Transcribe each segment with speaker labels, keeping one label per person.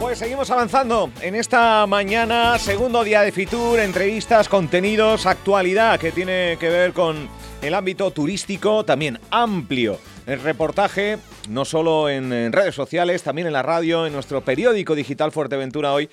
Speaker 1: Pues seguimos avanzando en esta mañana, segundo día de Fitur, entrevistas, contenidos, actualidad que tiene que ver con el ámbito turístico, también amplio. El reportaje, no solo en, en redes sociales, también en la radio, en nuestro periódico digital Fuerteventura hoy.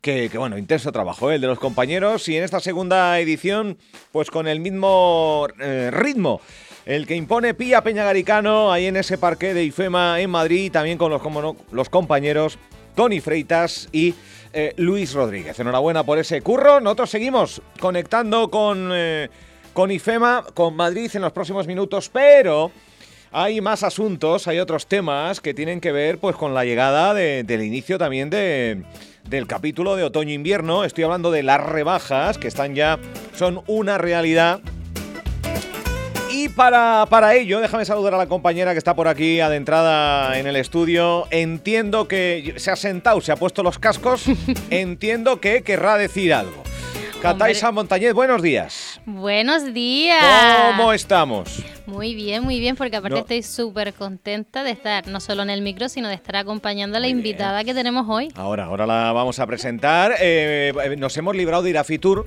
Speaker 1: Que, que, bueno, intenso trabajo ¿eh? el de los compañeros y en esta segunda edición, pues con el mismo eh, ritmo. El que impone Pía Peñagaricano ahí en ese parque de IFEMA en Madrid, y también con los, como no, los compañeros Tony Freitas y eh, Luis Rodríguez. Enhorabuena por ese curro. Nosotros seguimos conectando con, eh, con IFEMA, con Madrid en los próximos minutos, pero hay más asuntos, hay otros temas que tienen que ver pues, con la llegada de, del inicio también de, del capítulo de otoño-invierno. Estoy hablando de las rebajas que están ya, son una realidad. Y para, para, ello, déjame saludar a la compañera que está por aquí, adentrada en el estudio. Entiendo que se ha sentado, se ha puesto los cascos. Entiendo que querrá decir algo. Cataisa Montañez, buenos días.
Speaker 2: Buenos días.
Speaker 1: ¿Cómo estamos?
Speaker 2: Muy bien, muy bien, porque aparte no. estoy súper contenta de estar no solo en el micro, sino de estar acompañando a la muy invitada bien. Eh, que tenemos hoy.
Speaker 1: Ahora, ahora la vamos a presentar. Eh, nos hemos librado de ir a Fitur,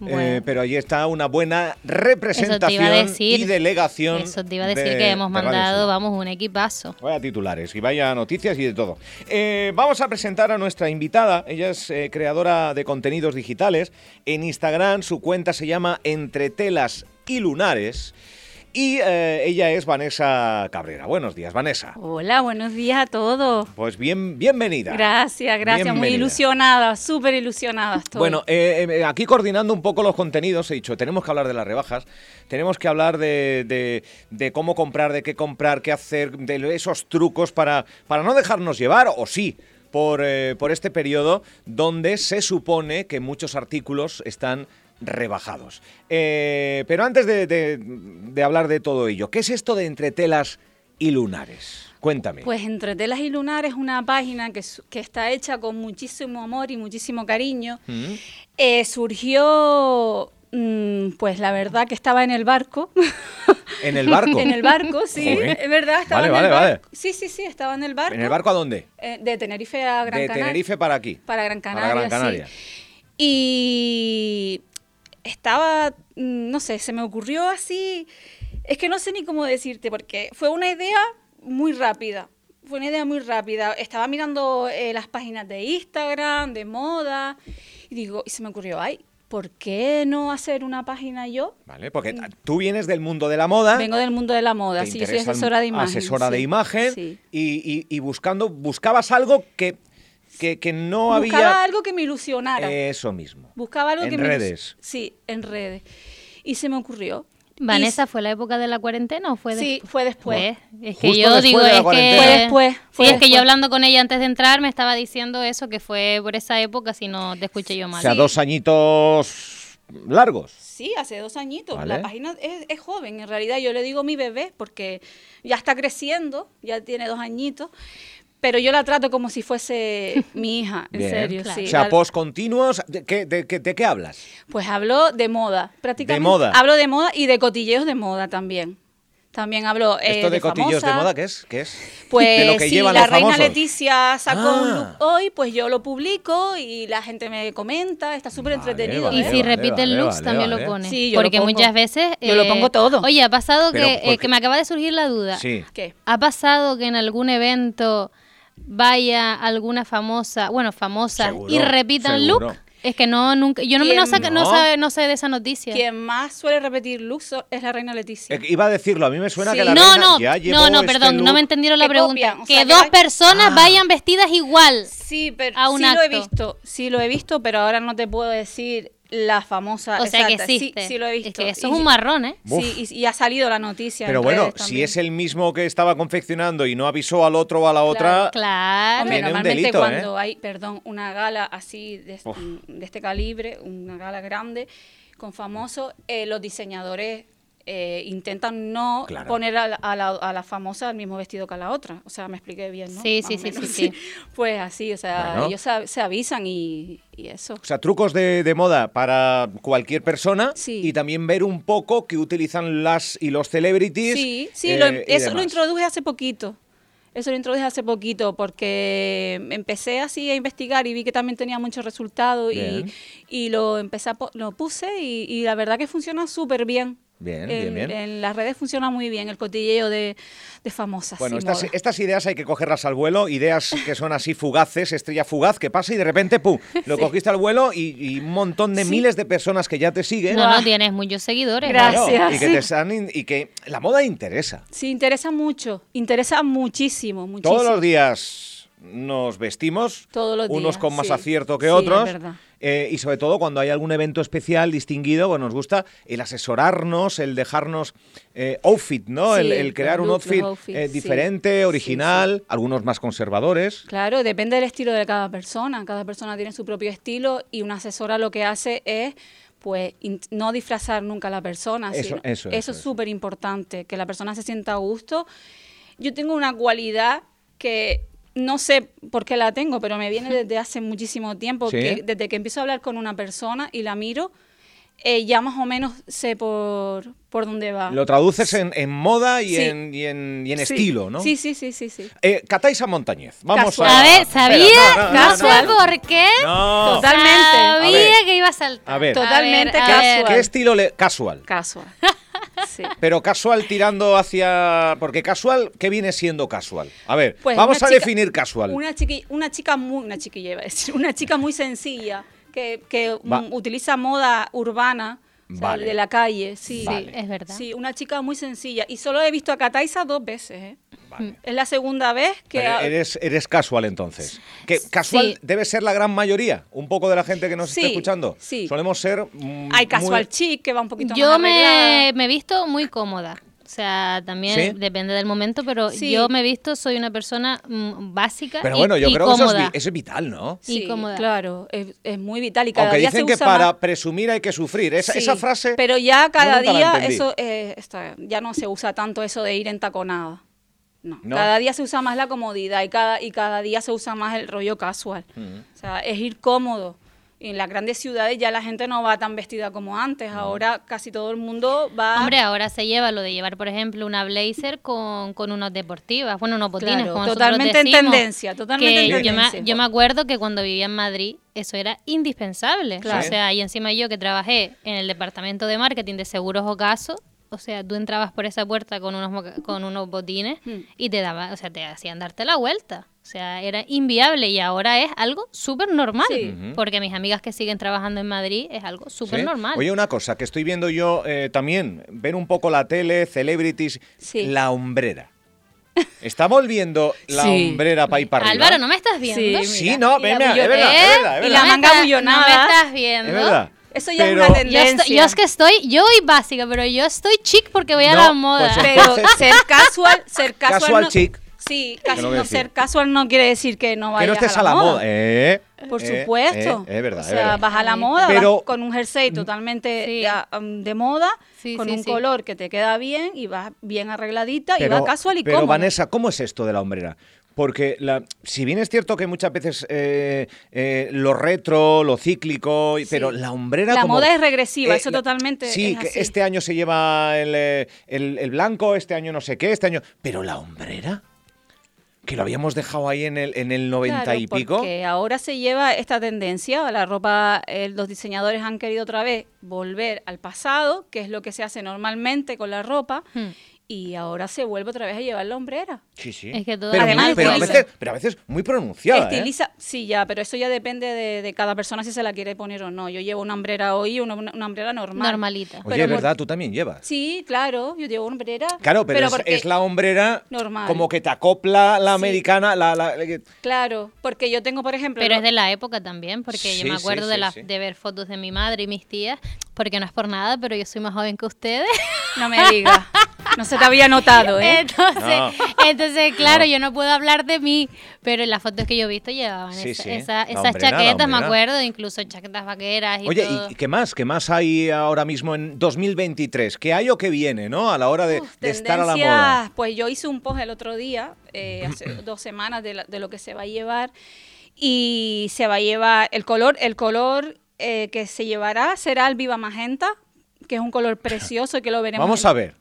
Speaker 1: bueno. Eh, pero allí está una buena representación decir, y delegación.
Speaker 2: Eso te iba a decir de, que hemos de mandado, vamos, un equipazo.
Speaker 1: Vaya titulares y vaya noticias y de todo. Eh, vamos a presentar a nuestra invitada. Ella es eh, creadora de contenidos digitales. En Instagram su cuenta se llama Entre Telas y Lunares. Y eh, ella es Vanessa Cabrera. Buenos días, Vanessa.
Speaker 3: Hola, buenos días a todos.
Speaker 1: Pues bien, bienvenida.
Speaker 3: Gracias, gracias. Bienvenida. Muy ilusionada, súper ilusionada estoy.
Speaker 1: Bueno, eh, eh, aquí coordinando un poco los contenidos, he dicho, tenemos que hablar de las rebajas, tenemos que hablar de, de, de cómo comprar, de qué comprar, qué hacer, de esos trucos para, para no dejarnos llevar, o sí, por, por este periodo donde se supone que muchos artículos están rebajados. Eh, pero antes de, de, de, hablar de todo ello, ¿qué es esto de entre telas y lunares? Cuéntame.
Speaker 3: Pues Entre Telas y Lunares es una página que, que, está hecha con muchísimo amor y muchísimo cariño. ¿Mm? Eh, surgió, mmm, pues la verdad que estaba en el barco.
Speaker 1: ¿En el barco?
Speaker 3: en el barco, sí. ¿Eh? Es verdad, estaba
Speaker 1: vale,
Speaker 3: en
Speaker 1: vale,
Speaker 3: el barco.
Speaker 1: Vale.
Speaker 3: Sí, sí, sí, estaba en el barco. eh,
Speaker 1: ¿En el barco a dónde?
Speaker 3: de Tenerife a Gran
Speaker 1: Canaria. De
Speaker 3: Canal.
Speaker 1: Tenerife para aquí.
Speaker 3: Para Gran Canaria,
Speaker 1: para Gran Canaria.
Speaker 3: Sí. Y estaba, mm, no sé, se me ocurrió así, es que no sé ni cómo decirte, porque fue una idea muy rápida, fue una idea muy rápida. Estaba mirando eh, las páginas de Instagram, de moda, y digo, y se me ocurrió, ay. ¿Por qué no hacer una página yo?
Speaker 1: Vale, porque tú vienes del mundo de la moda.
Speaker 3: Mm. Vengo del mundo de la moda, sí, yo soy asesora de imagen.
Speaker 1: Asesora
Speaker 3: sí,
Speaker 1: de imagen sí. y, y, y buscando, buscabas algo que que, que, no
Speaker 3: Buscaba
Speaker 1: había. Eh,
Speaker 3: Buscaba algo que me ilusionara.
Speaker 1: Eso mismo.
Speaker 3: Buscaba algo
Speaker 1: en
Speaker 3: que
Speaker 1: redes. me redes.
Speaker 3: Sí, en redes. Y se me ocurrió.
Speaker 2: ¿Vanessa fue la época de la cuarentena o fue
Speaker 3: después? Sí, fue después.
Speaker 2: Pues, es que Justo yo digo, es
Speaker 3: que. Fue después. Fue
Speaker 2: sí,
Speaker 3: después.
Speaker 2: es que yo hablando con ella antes de entrar me estaba diciendo eso, que fue por esa época, si no te escuché yo mal.
Speaker 1: O sea,
Speaker 2: sí.
Speaker 1: dos añitos largos.
Speaker 3: Sí, hace dos añitos. Vale. La página es, es joven, en realidad yo le digo mi bebé porque ya está creciendo, ya tiene dos añitos pero yo la trato como si fuese mi hija, en Bien, serio. Claro. Sí.
Speaker 1: O sea, post continuos, ¿de qué, de, qué, de qué hablas?
Speaker 3: Pues hablo de moda,
Speaker 1: De
Speaker 3: prácticamente.
Speaker 1: moda.
Speaker 3: Hablo de moda y de cotilleos de moda también. También hablo
Speaker 1: eh,
Speaker 3: ¿Esto
Speaker 1: de, de
Speaker 3: cotilleos
Speaker 1: famosa. de moda qué es? ¿Qué es?
Speaker 3: Pues
Speaker 1: de lo que
Speaker 3: si
Speaker 1: llevan
Speaker 3: la
Speaker 1: los
Speaker 3: reina
Speaker 1: famosos.
Speaker 3: Leticia sacó ah. un look hoy, pues yo lo publico y la gente me comenta, está súper
Speaker 1: Vale,
Speaker 3: entretenido. ¿eh?
Speaker 1: vale,
Speaker 2: y si
Speaker 1: vale,
Speaker 2: repiten
Speaker 1: vale,
Speaker 2: looks
Speaker 1: vale,
Speaker 2: también
Speaker 1: vale.
Speaker 2: lo pone.
Speaker 3: Sí, yo lo
Speaker 2: porque
Speaker 3: pongo.
Speaker 2: muchas veces. eh,
Speaker 3: Yo lo pongo todo.
Speaker 2: Oye, ha pasado
Speaker 1: Pero,
Speaker 2: que, eh,
Speaker 1: porque-
Speaker 2: que me acaba de surgir la duda.
Speaker 1: Sí.
Speaker 3: ¿Qué?
Speaker 2: ¿Ha pasado que en algún evento vaya alguna famosa, bueno, famosa,
Speaker 1: Seguro,
Speaker 2: y repitan
Speaker 1: seguro.
Speaker 2: look? Es que no, nunca. Yo no, me- no,
Speaker 3: ¿Quién?
Speaker 2: saca- no
Speaker 1: No.
Speaker 2: sabe- no sé de esa noticia.
Speaker 3: Quien más suele repetir looks so- es la reina Leticia.
Speaker 1: Eh, Iba a decirlo, a mí me suena
Speaker 3: Sí.
Speaker 1: que la
Speaker 2: no,
Speaker 1: reina
Speaker 2: no,
Speaker 1: ya llevó
Speaker 2: no, no,
Speaker 1: este
Speaker 2: perdón, no
Speaker 1: look. Ah.
Speaker 2: me entendieron la
Speaker 3: Que
Speaker 2: pregunta.
Speaker 3: copian, o
Speaker 2: que
Speaker 3: sea, que
Speaker 2: dos
Speaker 3: hay-
Speaker 2: personas vayan vestidas igual.
Speaker 3: Sí, pero
Speaker 2: A un
Speaker 3: sí lo he
Speaker 2: acto.
Speaker 3: visto, sí lo he visto, pero ahora no te puedo decir la famosa.
Speaker 2: O sea que
Speaker 3: exacta. Sí,
Speaker 2: existe.
Speaker 3: sí lo he visto.
Speaker 2: Es que eso
Speaker 3: Y-
Speaker 2: es un marrón, ¿eh?
Speaker 3: Sí, y, y ha salido la noticia.
Speaker 1: Pero
Speaker 3: en
Speaker 1: bueno,
Speaker 3: redes
Speaker 1: si
Speaker 3: también.
Speaker 1: es el mismo que estaba confeccionando y no avisó al otro o a la otra,
Speaker 2: Claro.
Speaker 3: Hombre,
Speaker 1: Viene un
Speaker 3: normalmente
Speaker 1: delito, ¿eh?
Speaker 3: cuando hay, perdón, una gala así de,
Speaker 1: Uf.
Speaker 3: de este calibre, una gala grande, con famosos, eh, los diseñadores eh, intentan no
Speaker 1: Claro.
Speaker 3: poner a la, a la- a la famosa el mismo vestido que a la otra. O sea, me expliqué bien, ¿no?
Speaker 2: Sí,
Speaker 3: Más
Speaker 2: sí,
Speaker 3: o
Speaker 2: sí,
Speaker 3: menos,
Speaker 2: sí, sí.
Speaker 3: Pues así, o sea,
Speaker 1: Bueno.
Speaker 3: ellos se, av- se avisan y, y eso.
Speaker 1: O sea, trucos de, de moda para cualquier persona
Speaker 3: Sí.
Speaker 1: y también ver un poco que utilizan las y los celebrities.
Speaker 3: Sí, sí,
Speaker 1: eh,
Speaker 3: lo-
Speaker 1: y
Speaker 3: eso lo
Speaker 1: demás.
Speaker 3: introduje hace poquito. Eso lo introduje hace poquito porque empecé así a investigar y vi que también tenía muchos resultados y,
Speaker 1: Bien.
Speaker 3: y lo empecé a po- lo puse y, y la verdad que funciona súper bien.
Speaker 1: Bien,
Speaker 3: en,
Speaker 1: bien, bien.
Speaker 3: en las redes funciona muy bien el cotilleo de, de famosas.
Speaker 1: Bueno,
Speaker 3: y
Speaker 1: estas,
Speaker 3: moda.
Speaker 1: estas ideas hay que cogerlas al vuelo, ideas que son así fugaces, estrella fugaz, que pasa y de repente, ¡pum!, lo cogiste al vuelo y, y un montón de miles de personas que ya te siguen.
Speaker 2: No, no tienes muchos seguidores.
Speaker 3: Gracias.
Speaker 1: y, que te san- y que la moda interesa.
Speaker 3: Sí, interesa mucho, interesa muchísimo, muchísimo.
Speaker 1: Todos los días nos vestimos,
Speaker 3: Todos los
Speaker 1: unos
Speaker 3: días,
Speaker 1: con más
Speaker 3: sí.
Speaker 1: acierto que
Speaker 3: Sí, es
Speaker 1: otros.
Speaker 3: verdad.
Speaker 1: eh, y sobre todo cuando hay algún evento especial, distinguido, pues nos gusta el asesorarnos, el dejarnos eh, outfit, ¿no?
Speaker 3: Sí,
Speaker 1: el, el
Speaker 3: los
Speaker 1: crear un
Speaker 3: looks, los
Speaker 1: outfit,
Speaker 3: outfits,
Speaker 1: eh,
Speaker 3: sí.
Speaker 1: diferente,
Speaker 3: Sí,
Speaker 1: original, algunos más conservadores.
Speaker 3: Claro, depende del estilo de cada persona. Cada persona tiene su propio estilo y una asesora lo que hace es pues in- no disfrazar nunca a la persona.
Speaker 1: Eso-
Speaker 3: sino-
Speaker 1: eso, eso,
Speaker 3: es
Speaker 1: eso.
Speaker 3: súper importante, que la persona se sienta a gusto. Yo tengo una cualidad que no sé por qué la tengo, pero me viene desde hace muchísimo tiempo,
Speaker 1: Sí.
Speaker 3: que desde que empiezo a hablar con una persona y la miro, eh, ya más o menos sé por, por dónde va.
Speaker 1: Lo traduces en, en moda y
Speaker 3: Sí.
Speaker 1: en, y en- y en
Speaker 3: Sí.
Speaker 1: estilo, ¿no?
Speaker 3: Sí, sí, sí, sí, sí.
Speaker 1: Eh, Cataisa Montañez, vamos
Speaker 3: Casual.
Speaker 1: a...
Speaker 2: A ver,
Speaker 1: Espera,
Speaker 2: sabía,
Speaker 1: no, no, no,
Speaker 2: no sé
Speaker 1: no.
Speaker 2: por qué.
Speaker 1: No.
Speaker 3: Totalmente.
Speaker 1: A ver.
Speaker 2: Sabía que iba a saltar.
Speaker 1: A ver.
Speaker 3: Totalmente
Speaker 2: A ver, a
Speaker 1: ¿Qué,
Speaker 2: ver.
Speaker 1: qué estilo le... casual?
Speaker 3: Casual. Sí.
Speaker 1: Pero casual tirando hacia... Porque casual, ¿qué viene siendo casual? A ver,
Speaker 3: Pues
Speaker 1: vamos
Speaker 3: una
Speaker 1: a
Speaker 3: chica-
Speaker 1: definir casual.
Speaker 3: Una, chiqui- una chica muy, una chiquilla iba a decir, una chica muy sencilla, que, que,
Speaker 1: Va-
Speaker 3: mm, utiliza moda urbana, o sea,
Speaker 1: Vale.
Speaker 3: de la calle, sí.
Speaker 2: Sí,
Speaker 1: Vale.
Speaker 2: es verdad.
Speaker 3: Sí, una chica muy sencilla. Y solo he visto a Kataisa dos veces, ¿eh?
Speaker 1: Vale.
Speaker 3: Es la segunda vez que...
Speaker 1: Pero eres, eres casual entonces. Que casual
Speaker 2: Sí.
Speaker 1: debe ser la gran mayoría, un poco de la gente que nos
Speaker 3: Sí,
Speaker 1: está escuchando.
Speaker 3: sí.
Speaker 1: Solemos ser... mm,
Speaker 3: Hay
Speaker 1: muy-
Speaker 3: casual chic que va un poquito
Speaker 2: Yo
Speaker 3: más
Speaker 2: me,
Speaker 3: arreglada.
Speaker 2: me he visto muy cómoda. O sea, también
Speaker 1: ¿Sí?
Speaker 2: depende del momento, pero
Speaker 3: Sí.
Speaker 2: yo me he visto, soy una persona mm, básica
Speaker 1: Pero
Speaker 2: y-
Speaker 1: bueno, yo
Speaker 2: y
Speaker 1: creo que eso es
Speaker 2: cómoda.
Speaker 1: vi- eso es vital, ¿no?
Speaker 2: y cómoda.
Speaker 3: claro, es, es muy vital y cada
Speaker 1: Aunque
Speaker 3: día
Speaker 1: dicen
Speaker 3: se
Speaker 1: que
Speaker 3: usa
Speaker 1: para
Speaker 3: más.
Speaker 1: presumir hay que sufrir. Esa,
Speaker 3: Sí,
Speaker 1: esa frase.
Speaker 3: Pero ya cada
Speaker 1: nunca la
Speaker 3: día
Speaker 1: entendí.
Speaker 3: eso eh, está- ya no se usa tanto eso de ir en taconada. No.
Speaker 1: No.
Speaker 3: Cada día se usa más la comodidad y cada, y cada día se usa más el rollo casual. O sea, es ir cómodo. Y en las grandes ciudades ya la gente no va tan vestida como antes. Ahora casi todo el mundo va.
Speaker 2: Hombre, ahora se lleva lo de llevar, por ejemplo, una blazer con, con unos deportivas, bueno, unos botines.
Speaker 3: Claro,
Speaker 2: como nosotros
Speaker 3: totalmente en
Speaker 2: decimos,
Speaker 3: tendencia, totalmente
Speaker 2: que
Speaker 3: en
Speaker 2: yo me-
Speaker 3: tendencia.
Speaker 2: Yo me, acuerdo que cuando vivía en Madrid eso era indispensable.
Speaker 3: Claro.
Speaker 2: O sea, y encima yo que trabajé en el departamento de marketing de seguros o casos, o sea, tú entrabas por esa puerta con unos, moca- con unos botines
Speaker 3: Hmm.
Speaker 2: y te daba, o sea, te hacían darte la vuelta. O sea, era inviable y ahora es algo súper normal.
Speaker 3: Sí.
Speaker 2: Porque mis amigas que siguen trabajando en Madrid es algo súper
Speaker 1: ¿Sí?
Speaker 2: normal.
Speaker 1: ¿eh? Oye, una cosa que estoy viendo yo eh, también, ver un poco la tele, celebrities,
Speaker 3: Sí.
Speaker 1: la hombrera. Estamos viendo la
Speaker 3: Sí.
Speaker 1: hombrera para ir para arriba.
Speaker 2: Álvaro, ¿no me estás viendo?
Speaker 3: Sí,
Speaker 1: Sí,
Speaker 3: Mira,
Speaker 1: no,
Speaker 3: y
Speaker 1: ven,
Speaker 3: la
Speaker 1: mira, es
Speaker 3: bullonera.
Speaker 1: verdad, es verdad, es
Speaker 3: ¿Eh? Y
Speaker 1: verdad.
Speaker 3: la
Speaker 2: No me
Speaker 3: manga
Speaker 2: estás-
Speaker 3: bullonada.
Speaker 2: No me estás viendo.
Speaker 1: Es verdad.
Speaker 3: Eso ya es
Speaker 1: Pero-
Speaker 3: una
Speaker 2: Yo,
Speaker 3: tendencia.
Speaker 2: estoy- yo es que estoy, yo voy básica, pero yo estoy chic porque voy a
Speaker 1: No,
Speaker 2: la moda.
Speaker 1: pues
Speaker 3: Pero
Speaker 1: Entonces-
Speaker 3: ser casual, ser casual.
Speaker 1: Casual
Speaker 3: no-
Speaker 1: chic.
Speaker 3: Sí,
Speaker 1: Te lo
Speaker 3: casual,
Speaker 1: voy a
Speaker 3: no,
Speaker 1: decir.
Speaker 3: ser casual no quiere decir que no
Speaker 1: que
Speaker 3: vayas
Speaker 1: no estés
Speaker 3: a la, moda.
Speaker 1: eh,
Speaker 3: Por
Speaker 1: eh,
Speaker 3: supuesto.
Speaker 1: eh, es verdad,
Speaker 3: O
Speaker 1: es
Speaker 3: sea,
Speaker 1: verdad.
Speaker 3: vas a la moda,
Speaker 1: Pero- mm,
Speaker 3: vas con un jersey totalmente
Speaker 2: Sí.
Speaker 3: ya, um, de moda,
Speaker 2: Sí,
Speaker 3: con
Speaker 2: sí,
Speaker 3: un
Speaker 2: sí.
Speaker 3: color que te queda bien y vas bien arregladita y
Speaker 1: Pero,
Speaker 3: vas casual y
Speaker 1: pero,
Speaker 3: cómoda.
Speaker 1: Vanessa, ¿cómo es esto de la hombrera? Porque la- si bien es cierto que muchas veces eh, eh, lo retro, lo cíclico, y- pero la hombrera
Speaker 3: La
Speaker 1: como- eh,
Speaker 3: moda es regresiva, eso
Speaker 1: la-
Speaker 3: totalmente
Speaker 1: Sí,
Speaker 3: es
Speaker 1: que
Speaker 3: así.
Speaker 1: este año se lleva el, eh, el- el blanco, este año no sé qué, este año... Pero la hombrera, que lo habíamos dejado ahí en el, en el 90
Speaker 3: Claro,
Speaker 1: y pico...
Speaker 3: Porque ahora se lleva esta tendencia, la ropa, eh, los diseñadores han querido otra vez volver al pasado, que es lo que se hace normalmente con la ropa,
Speaker 2: Hmm.
Speaker 3: y ahora se vuelve otra vez a llevar la hombrera.
Speaker 1: Sí, sí.
Speaker 2: Es que todo-
Speaker 1: pero,
Speaker 3: Además,
Speaker 1: muy- pero a
Speaker 3: estiliza.
Speaker 1: veces, pero a veces muy pronunciada, ¿eh?
Speaker 3: Estiliza, sí, ya, pero eso ya depende de, de cada persona si se la quiere poner o no. Yo llevo una hombrera hoy y una, una hombrera normal.
Speaker 2: Normalita.
Speaker 1: Oye,
Speaker 3: pero
Speaker 1: es verdad, tú también llevas.
Speaker 3: Sí, claro, yo llevo una hombrera.
Speaker 1: Claro, pero, es,
Speaker 3: porque-
Speaker 1: es la hombrera
Speaker 3: Normal.
Speaker 1: como que te acopla la
Speaker 3: Sí.
Speaker 1: americana, la... la- la-
Speaker 3: Claro, porque yo tengo, por ejemplo...
Speaker 2: Pero
Speaker 3: lo-
Speaker 2: es de la época también, porque
Speaker 1: Sí,
Speaker 2: yo me
Speaker 1: sí,
Speaker 2: acuerdo
Speaker 1: sí,
Speaker 2: de, las
Speaker 1: sí.
Speaker 2: de ver fotos de mi madre y mis tías, porque no es por nada, pero yo soy más joven que ustedes.
Speaker 3: No me digas. No se te había notado, ¿eh?
Speaker 2: Entonces,
Speaker 1: No.
Speaker 2: entonces claro,
Speaker 1: No.
Speaker 2: yo no puedo hablar de mí, pero en las fotos que yo he visto llevaban
Speaker 1: Sí,
Speaker 2: esa-
Speaker 1: sí.
Speaker 2: esa-
Speaker 1: La
Speaker 2: esas
Speaker 1: hombrera, la
Speaker 2: chaquetas, me
Speaker 1: hombrera.
Speaker 2: acuerdo, incluso chaquetas vaqueras y
Speaker 1: Oye,
Speaker 2: todo.
Speaker 1: ¿y qué más? ¿Qué más hay ahora mismo en 2023? ¿Qué hay o qué viene, no? A la hora de,
Speaker 3: Uf,
Speaker 1: de estar a la
Speaker 3: tendencias,
Speaker 1: moda.
Speaker 3: Pues yo hice un post el otro día, eh, hace dos semanas, de, la- de lo que se va a llevar. Y se va a llevar el color, el color eh, que se llevará será el Viva Magenta, que es un color precioso y que lo veremos.
Speaker 1: Vamos
Speaker 3: en-
Speaker 1: a ver.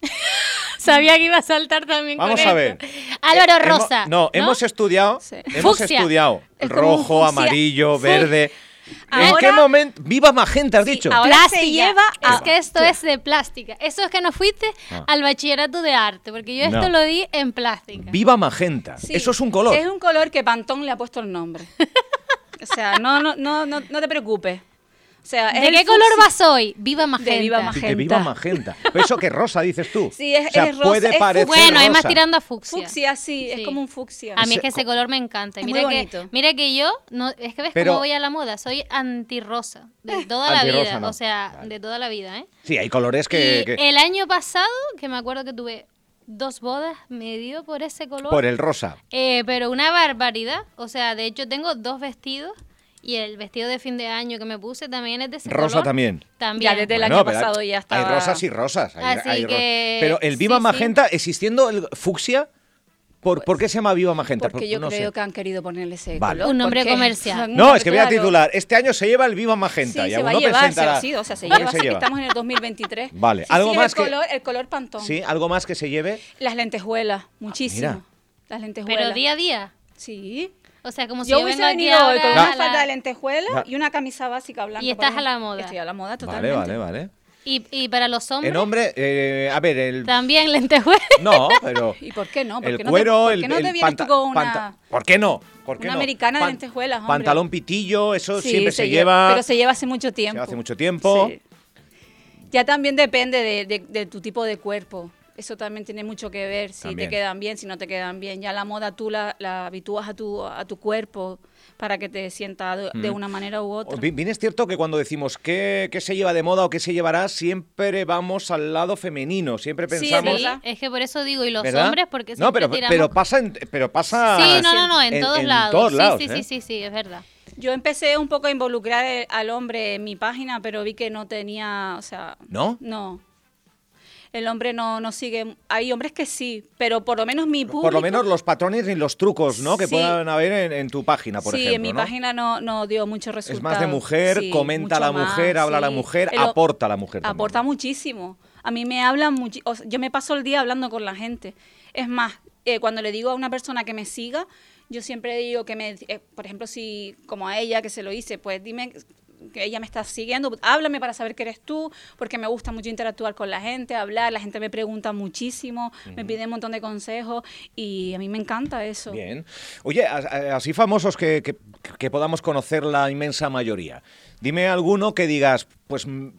Speaker 2: Sabía que iba a saltar también con
Speaker 1: Vamos a
Speaker 2: esto.
Speaker 1: ver.
Speaker 2: Álvaro
Speaker 1: Hemo-
Speaker 2: Rosa.
Speaker 1: no, hemos estudiado.
Speaker 3: Sí.
Speaker 1: Hemos
Speaker 2: Fucsia.
Speaker 1: estudiado
Speaker 3: Es como un
Speaker 1: rojo,
Speaker 3: fucsia.
Speaker 1: amarillo,
Speaker 3: Sí.
Speaker 1: verde. ¿En
Speaker 3: Ahora-
Speaker 1: qué momento? Viva Magenta, has
Speaker 3: Sí,
Speaker 1: dicho.
Speaker 3: ahora-
Speaker 2: Plástica.
Speaker 3: se lleva
Speaker 2: Es
Speaker 3: a-
Speaker 2: que esto es de plástica. Eso es que no fuiste
Speaker 1: Ah.
Speaker 2: al bachillerato de arte, porque yo esto
Speaker 1: No.
Speaker 2: lo di en plástica.
Speaker 1: Viva Magenta.
Speaker 3: Sí,
Speaker 1: Eso es un color.
Speaker 3: Es un color que Pantón le ha puesto el nombre. O sea, no, no, no, no, no te preocupes. O sea, es
Speaker 2: ¿De
Speaker 3: el
Speaker 2: qué color
Speaker 3: fucsia-
Speaker 2: vas hoy? Viva magenta.
Speaker 3: Viva
Speaker 1: Sí,
Speaker 3: magenta.
Speaker 1: que viva Magenta. Pero Eso que rosa, dices tú.
Speaker 3: Sí, es-
Speaker 1: O sea,
Speaker 3: es rosa,
Speaker 1: puede
Speaker 3: es
Speaker 1: parecer
Speaker 3: fucsia.
Speaker 2: Bueno, es más
Speaker 1: rosa.
Speaker 2: tirando a fucsia.
Speaker 3: Fucsia, sí,
Speaker 2: Sí.
Speaker 3: es como un fucsia.
Speaker 2: A mí
Speaker 1: Ese
Speaker 2: es que ese
Speaker 1: co-
Speaker 2: color me encanta.
Speaker 3: Es
Speaker 2: Mira
Speaker 3: muy
Speaker 2: que,
Speaker 3: bonito.
Speaker 2: mira que yo, no, es que ves
Speaker 1: Pero-
Speaker 2: cómo voy a la moda, soy antirrosa. De toda la
Speaker 1: Antirrosa
Speaker 2: vida,
Speaker 1: no.
Speaker 2: o sea,
Speaker 1: Vale.
Speaker 2: de toda la vida, ¿eh?
Speaker 1: Sí, hay colores
Speaker 2: y
Speaker 1: que. que-
Speaker 2: el año pasado, que me acuerdo que tuve dos bodas, me dio por ese color.
Speaker 1: Por el rosa.
Speaker 2: Eh, pero una barbaridad. O sea, de hecho tengo dos vestidos y el vestido de fin de año que me puse también es de ese
Speaker 1: Rosa
Speaker 2: color.
Speaker 1: también.
Speaker 2: También.
Speaker 3: Ya, desde el
Speaker 1: Bueno,
Speaker 3: año
Speaker 1: pero
Speaker 3: pasado
Speaker 1: hay-
Speaker 3: ya
Speaker 1: Hay
Speaker 3: estaba-
Speaker 1: rosas y rosas. hay-
Speaker 2: Así
Speaker 1: hay ro-
Speaker 2: que-
Speaker 1: Pero el Viva
Speaker 2: sí, sí.
Speaker 1: Magenta, existiendo el fucsia, ¿por, ¿por qué se llama Viva Magenta?
Speaker 3: Porque yo
Speaker 1: no sé.
Speaker 3: creo que han querido ponerle ese
Speaker 1: Vale.
Speaker 3: color.
Speaker 2: Un nombre
Speaker 3: porque-
Speaker 2: comercial.
Speaker 1: No, es que voy a
Speaker 3: Claro.
Speaker 1: titular. Este año se lleva el Viva Magenta.
Speaker 3: Sí,
Speaker 1: y
Speaker 3: se va a
Speaker 1: alguno
Speaker 3: llevar, se-
Speaker 1: presentará-
Speaker 3: sí, o sea, se
Speaker 1: ¿Qué
Speaker 3: lleva, sé que estamos en el 2023.
Speaker 1: Vale,
Speaker 3: Sí,
Speaker 1: algo
Speaker 3: sí,
Speaker 1: más
Speaker 3: el
Speaker 1: que-
Speaker 3: color, el color pantón.
Speaker 1: Sí, algo más que se lleve.
Speaker 3: Las lentejuelas, muchísimo.
Speaker 1: mira.
Speaker 3: Las lentejuelas.
Speaker 2: Pero día a día.
Speaker 3: Sí.
Speaker 2: O sea, como si
Speaker 3: yo
Speaker 2: yo
Speaker 3: hubiese
Speaker 2: vengo aquí
Speaker 3: venido hoy con
Speaker 2: ahora
Speaker 1: No.
Speaker 2: a
Speaker 3: una falda
Speaker 2: la-
Speaker 3: de lentejuela
Speaker 1: No.
Speaker 3: y una camisa básica blanca.
Speaker 2: Y estás
Speaker 3: por
Speaker 2: a la
Speaker 3: ejemplo.
Speaker 2: moda.
Speaker 3: Estoy a la moda
Speaker 1: Vale,
Speaker 3: totalmente.
Speaker 1: vale, vale.
Speaker 2: y, y para los hombres
Speaker 1: En hombre, eh, a ver, el.
Speaker 2: también lentejuelas.
Speaker 1: No, pero.
Speaker 3: ¿Y por qué no? ¿Por
Speaker 1: El
Speaker 3: qué no te-
Speaker 1: cuero,
Speaker 3: por
Speaker 1: el.
Speaker 3: qué no
Speaker 1: el
Speaker 3: te vienes tú
Speaker 1: panta-
Speaker 3: con una-
Speaker 1: panta- ¿Por qué no? ¿Por qué
Speaker 3: una
Speaker 1: no?
Speaker 3: americana de lentejuelas, hombre?
Speaker 1: Pantalón pitillo, eso
Speaker 3: Sí,
Speaker 1: siempre se,
Speaker 3: lleva.
Speaker 1: lleva.
Speaker 3: Pero se lleva hace mucho tiempo.
Speaker 1: lleva hace mucho tiempo.
Speaker 3: Sí. Ya también depende de, de- de tu tipo de cuerpo. Eso también tiene mucho que ver, si
Speaker 1: También.
Speaker 3: te quedan bien, si no te quedan bien. Ya la moda tú la, la habitúas a tu, a tu cuerpo para que te sienta de, de una manera u otra.
Speaker 1: Bi- Bien Oh, es cierto que cuando decimos qué, qué se lleva de moda o qué se llevará, siempre vamos al lado femenino, siempre
Speaker 3: Sí, es
Speaker 1: pensamos...
Speaker 2: Sí,
Speaker 3: ¿Verdad?
Speaker 2: es que por eso digo, y los
Speaker 1: ¿verdad?
Speaker 2: hombres, porque
Speaker 1: no,
Speaker 2: siempre
Speaker 1: pero,
Speaker 2: tiramos-
Speaker 1: pero pasa, en- pero pasa...
Speaker 2: Sí, no, no, no, en, todos lados.
Speaker 1: todos
Speaker 2: sí,
Speaker 1: lados,
Speaker 2: sí,
Speaker 1: ¿eh?
Speaker 2: sí, sí, sí, es verdad.
Speaker 3: Yo empecé un poco a involucrar el- al hombre en mi página, pero vi que no tenía, o sea...
Speaker 1: ¿No?
Speaker 3: No. El hombre no, no sigue... Hay hombres que sí, pero por lo menos mi público...
Speaker 1: Por lo menos los patrones y los trucos, ¿no? Que
Speaker 3: Sí.
Speaker 1: puedan haber en, en tu página, por
Speaker 3: sí,
Speaker 1: ejemplo,
Speaker 3: en mi
Speaker 1: ¿no?
Speaker 3: página no, no dio mucho resultado.
Speaker 1: Es más de mujer,
Speaker 3: Sí,
Speaker 1: comenta la
Speaker 3: mucho más,
Speaker 1: mujer, habla
Speaker 3: sí.
Speaker 1: la mujer,
Speaker 3: Pero
Speaker 1: aporta la mujer. también,
Speaker 3: Aporta
Speaker 1: ¿no?
Speaker 3: muchísimo. A mí me hablan mucho. yo me paso el día hablando con la gente. Es más, eh, cuando le digo a una persona que me siga, yo siempre digo que me. eh, por ejemplo, si, como a ella que se lo hice, pues dime que ella me está siguiendo, háblame para saber que eres tú, porque me gusta mucho interactuar con la gente, hablar, la gente me pregunta muchísimo, me pide un montón de consejos y a mí me encanta eso.
Speaker 1: Bien. Oye, a- a- así famosos que, que- que podamos conocer la inmensa mayoría. Dime alguno que digas, pues mm,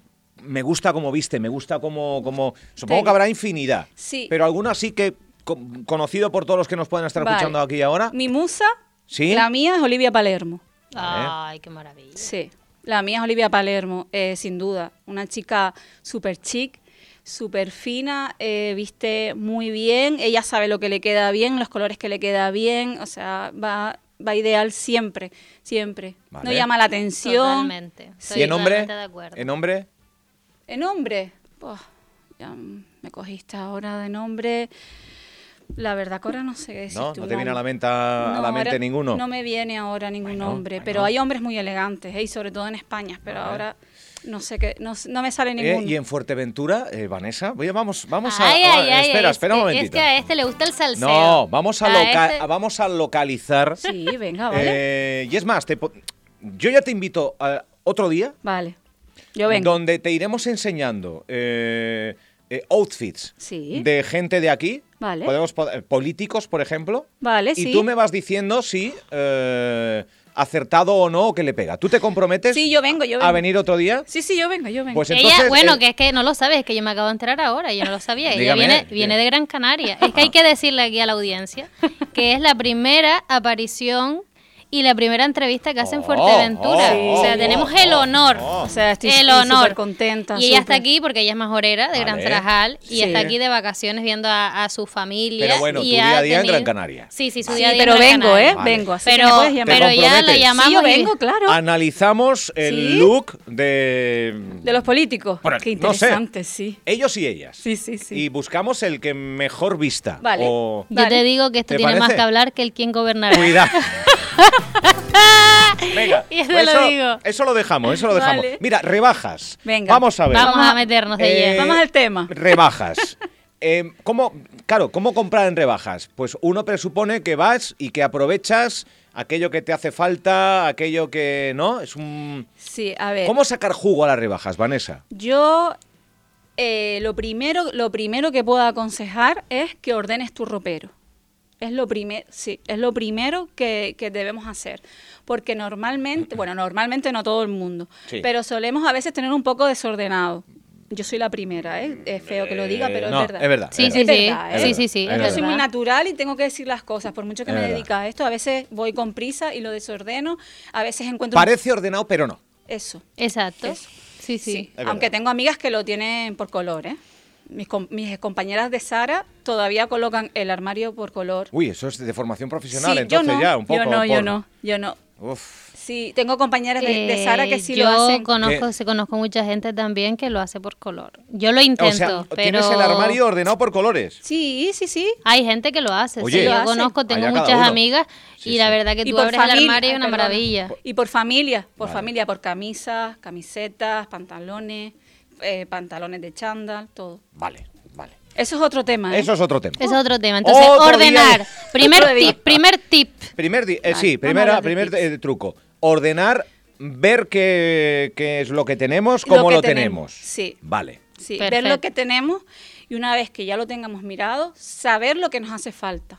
Speaker 1: me gusta como viste, me gusta como... como... Supongo
Speaker 3: Te-
Speaker 1: que habrá infinidad.
Speaker 3: Sí.
Speaker 1: Pero alguno así que con- conocido por todos los que nos pueden estar
Speaker 3: Vale.
Speaker 1: escuchando aquí y ahora.
Speaker 3: Mi musa,
Speaker 1: ¿Sí?
Speaker 3: la mía es Olivia Palermo.
Speaker 1: Vale.
Speaker 2: Ay, qué maravilla.
Speaker 3: Sí, la mía es Olivia Palermo, eh, sin duda. Una chica súper chic, súper fina, eh, viste muy bien. Ella sabe lo que le queda bien, los colores que le queda bien. O sea, va, va ideal siempre, siempre. No
Speaker 1: Vale.
Speaker 3: llama la atención.
Speaker 2: Totalmente.
Speaker 1: ¿Y
Speaker 2: Estoy
Speaker 1: en hombre?
Speaker 2: totalmente de acuerdo.
Speaker 1: ¿En hombre?
Speaker 3: En nombre, buah, ya me cogiste ahora de nombre. La verdad que ahora no sé qué decir.
Speaker 1: No, no te viene a la mente- a la mente ninguno.
Speaker 3: No me viene ahora ningún
Speaker 1: Bueno,
Speaker 3: hombre,
Speaker 1: bueno.
Speaker 3: pero hay hombres muy elegantes, ¿eh? y sobre todo en España, pero
Speaker 1: Vale.
Speaker 3: ahora no sé qué, no, sé- no me sale
Speaker 1: Eh,
Speaker 3: ninguno.
Speaker 1: ¿Y en Fuerteventura, eh, Vanessa? Oye, vamos, vamos a...
Speaker 2: Ay,
Speaker 1: a-
Speaker 2: ay, ay,
Speaker 1: espera,
Speaker 2: es
Speaker 1: espera un
Speaker 2: que-
Speaker 1: momentito.
Speaker 2: Es que a este le gusta el salseo.
Speaker 1: No, vamos a, loca-
Speaker 2: este-
Speaker 1: vamos a localizar.
Speaker 3: Sí, venga, Ah, vale.
Speaker 1: Eh, y es más, te po- yo ya te invito a otro día
Speaker 3: vale. Yo vengo.
Speaker 1: donde te iremos enseñando eh, eh, outfits
Speaker 3: Sí.
Speaker 1: de gente de aquí.
Speaker 3: Vale.
Speaker 1: Podemos po- eh, políticos, por ejemplo.
Speaker 3: Vale,
Speaker 1: y
Speaker 3: sí.
Speaker 1: tú me vas diciendo si eh, acertado o no o que le pega. ¿Tú te comprometes
Speaker 3: Sí, yo vengo, yo
Speaker 1: a
Speaker 3: vengo.
Speaker 1: venir otro día?
Speaker 3: Sí, sí, yo vengo, yo vengo.
Speaker 1: Pues
Speaker 2: Ella-
Speaker 1: entonces,
Speaker 2: bueno,
Speaker 1: eh,
Speaker 2: que es que no lo sabes, es que yo me acabo de enterar ahora, yo no lo sabía. Ella
Speaker 1: Dígame, Ah.
Speaker 2: viene,
Speaker 1: dígame.
Speaker 2: viene de Gran Canaria. Es que hay que decirle aquí a la audiencia que es la primera aparición y la primera entrevista que hace en
Speaker 1: Oh,
Speaker 2: Fuerteventura.
Speaker 1: oh,
Speaker 2: o sea,
Speaker 1: oh,
Speaker 2: tenemos
Speaker 1: oh,
Speaker 2: el honor.
Speaker 1: oh.
Speaker 3: o sea, estoy
Speaker 2: el
Speaker 3: estoy
Speaker 2: honor.
Speaker 3: súper contenta.
Speaker 2: Y ella está
Speaker 3: súper.
Speaker 2: aquí porque ella es majorera de Gran
Speaker 1: Vale.
Speaker 2: Frajal y
Speaker 3: Sí.
Speaker 2: está aquí de vacaciones viendo a, a su familia.
Speaker 1: Pero bueno,
Speaker 2: y
Speaker 1: tu
Speaker 2: ha
Speaker 1: día a día en
Speaker 2: tenido-
Speaker 1: Gran Canaria.
Speaker 2: Sí, sí, su
Speaker 3: Sí,
Speaker 2: día a día en
Speaker 3: pero
Speaker 2: Gran
Speaker 3: vengo,
Speaker 2: Canaria.
Speaker 3: ¿eh?
Speaker 1: Vale. Ah,
Speaker 3: Vengo, así que
Speaker 2: Pero,
Speaker 3: me puedes llamar.
Speaker 2: pero ya la
Speaker 1: comprometes?
Speaker 2: llamamos.
Speaker 3: Sí, yo
Speaker 2: y-
Speaker 3: vengo, claro.
Speaker 1: analizamos el
Speaker 3: Sí.
Speaker 1: look de...
Speaker 3: De los políticos.
Speaker 1: Bueno,
Speaker 3: Qué
Speaker 1: no sé.
Speaker 3: interesante, sí.
Speaker 1: Ellos y ellas.
Speaker 3: Sí, sí, sí.
Speaker 1: Y buscamos el que mejor vista.
Speaker 3: Vale.
Speaker 1: o-
Speaker 2: Yo
Speaker 3: Dale.
Speaker 2: te digo que esto
Speaker 1: ¿Te
Speaker 2: tiene más
Speaker 1: parece?
Speaker 2: que hablar que el quien gobernará.
Speaker 1: Cuidado. Venga, pues
Speaker 2: Ya te lo
Speaker 1: eso,
Speaker 2: digo.
Speaker 1: eso lo dejamos, eso lo dejamos.
Speaker 3: Vale.
Speaker 1: Mira, rebajas.
Speaker 3: Venga.
Speaker 1: Vamos a ver. Eh,
Speaker 2: Vamos a meternos de lleno.
Speaker 3: Vamos al tema.
Speaker 1: Rebajas. eh, ¿cómo, claro, ¿cómo comprar en rebajas? Pues uno presupone que vas y que aprovechas aquello que te hace falta, aquello que no, es un...
Speaker 3: Sí, a ver.
Speaker 1: ¿Cómo sacar jugo a las rebajas, Vanessa?
Speaker 3: Yo eh, lo, primero, lo primero que puedo aconsejar es que ordenes tu ropero. Es lo, primer, sí, es lo primero que, que debemos hacer. Porque normalmente, bueno, normalmente no todo el mundo,
Speaker 1: Sí.
Speaker 3: pero solemos a veces tener un poco desordenado. Yo soy la primera, ¿eh? Es feo que lo diga,
Speaker 1: Eh,
Speaker 3: pero
Speaker 1: no,
Speaker 3: es verdad.
Speaker 1: es verdad.
Speaker 2: Sí,
Speaker 1: Es
Speaker 2: sí, sí.
Speaker 3: verdad. Es
Speaker 2: Sí,
Speaker 3: verdad,
Speaker 2: sí, sí.
Speaker 1: es
Speaker 2: es
Speaker 1: verdad.
Speaker 3: Yo soy muy
Speaker 2: verdad.
Speaker 3: natural y tengo que decir las cosas, por mucho que
Speaker 1: Es
Speaker 3: me
Speaker 1: verdad.
Speaker 3: dedica a esto. A veces voy con prisa y lo desordeno, a veces encuentro... un-
Speaker 1: Parece ordenado, pero no.
Speaker 3: Eso.
Speaker 2: Exacto.
Speaker 3: Eso.
Speaker 2: Sí, sí.
Speaker 1: verdad.
Speaker 3: Aunque tengo amigas que lo tienen por color, ¿eh? Mis, com- mis compañeras de Sara todavía colocan el armario por color.
Speaker 1: Uy, eso es de formación profesional,
Speaker 3: Sí,
Speaker 1: entonces
Speaker 3: yo no,
Speaker 1: ya, un poco.
Speaker 3: Yo no, yo
Speaker 1: por-
Speaker 3: no, yo no.
Speaker 1: Uf.
Speaker 3: Sí, tengo compañeras de, de
Speaker 2: Eh,
Speaker 3: Sara que sí
Speaker 2: yo
Speaker 3: lo hacen.
Speaker 2: conozco,
Speaker 1: Eh.
Speaker 2: se conozco mucha gente también que lo hace por color. Yo lo intento,
Speaker 1: O sea,
Speaker 2: pero
Speaker 1: tienes el armario ordenado por colores.
Speaker 3: Sí, sí, sí.
Speaker 2: hay gente que lo hace. sí,
Speaker 1: Oye,
Speaker 2: yo
Speaker 1: Lo hace.
Speaker 2: conozco, tengo
Speaker 1: Allá cada
Speaker 2: muchas
Speaker 1: uno.
Speaker 2: amigas
Speaker 1: Sí,
Speaker 2: y la
Speaker 1: sí.
Speaker 2: verdad que tú abres el
Speaker 3: familia-
Speaker 2: armario y
Speaker 3: ay,
Speaker 2: una
Speaker 3: perdona.
Speaker 2: maravilla.
Speaker 3: Y por familia, por
Speaker 1: Vale.
Speaker 3: familia, por camisas, camisetas, pantalones, eh, pantalones de chándal, todo.
Speaker 1: Vale, vale.
Speaker 3: Eso es otro tema. ¿eh?
Speaker 1: Eso es otro tema.
Speaker 2: Es otro tema. Entonces,
Speaker 1: Oh, Otro día
Speaker 2: ordenar.
Speaker 1: de-
Speaker 2: Primer
Speaker 3: Otro día.
Speaker 2: tip, primer tip.
Speaker 1: Primer di- eh,
Speaker 3: Vale,
Speaker 1: sí,
Speaker 3: vamos a
Speaker 1: primera,
Speaker 3: hablar de
Speaker 1: primer
Speaker 3: tips.
Speaker 1: eh, truco. Ordenar, ver qué, qué es lo que tenemos, cómo
Speaker 3: que
Speaker 1: lo, tenemos.
Speaker 3: tenemos, sí.
Speaker 1: Vale.
Speaker 3: Sí, ver
Speaker 2: Perfecto.
Speaker 3: lo que tenemos y una vez que ya lo tengamos mirado, saber lo que nos hace falta.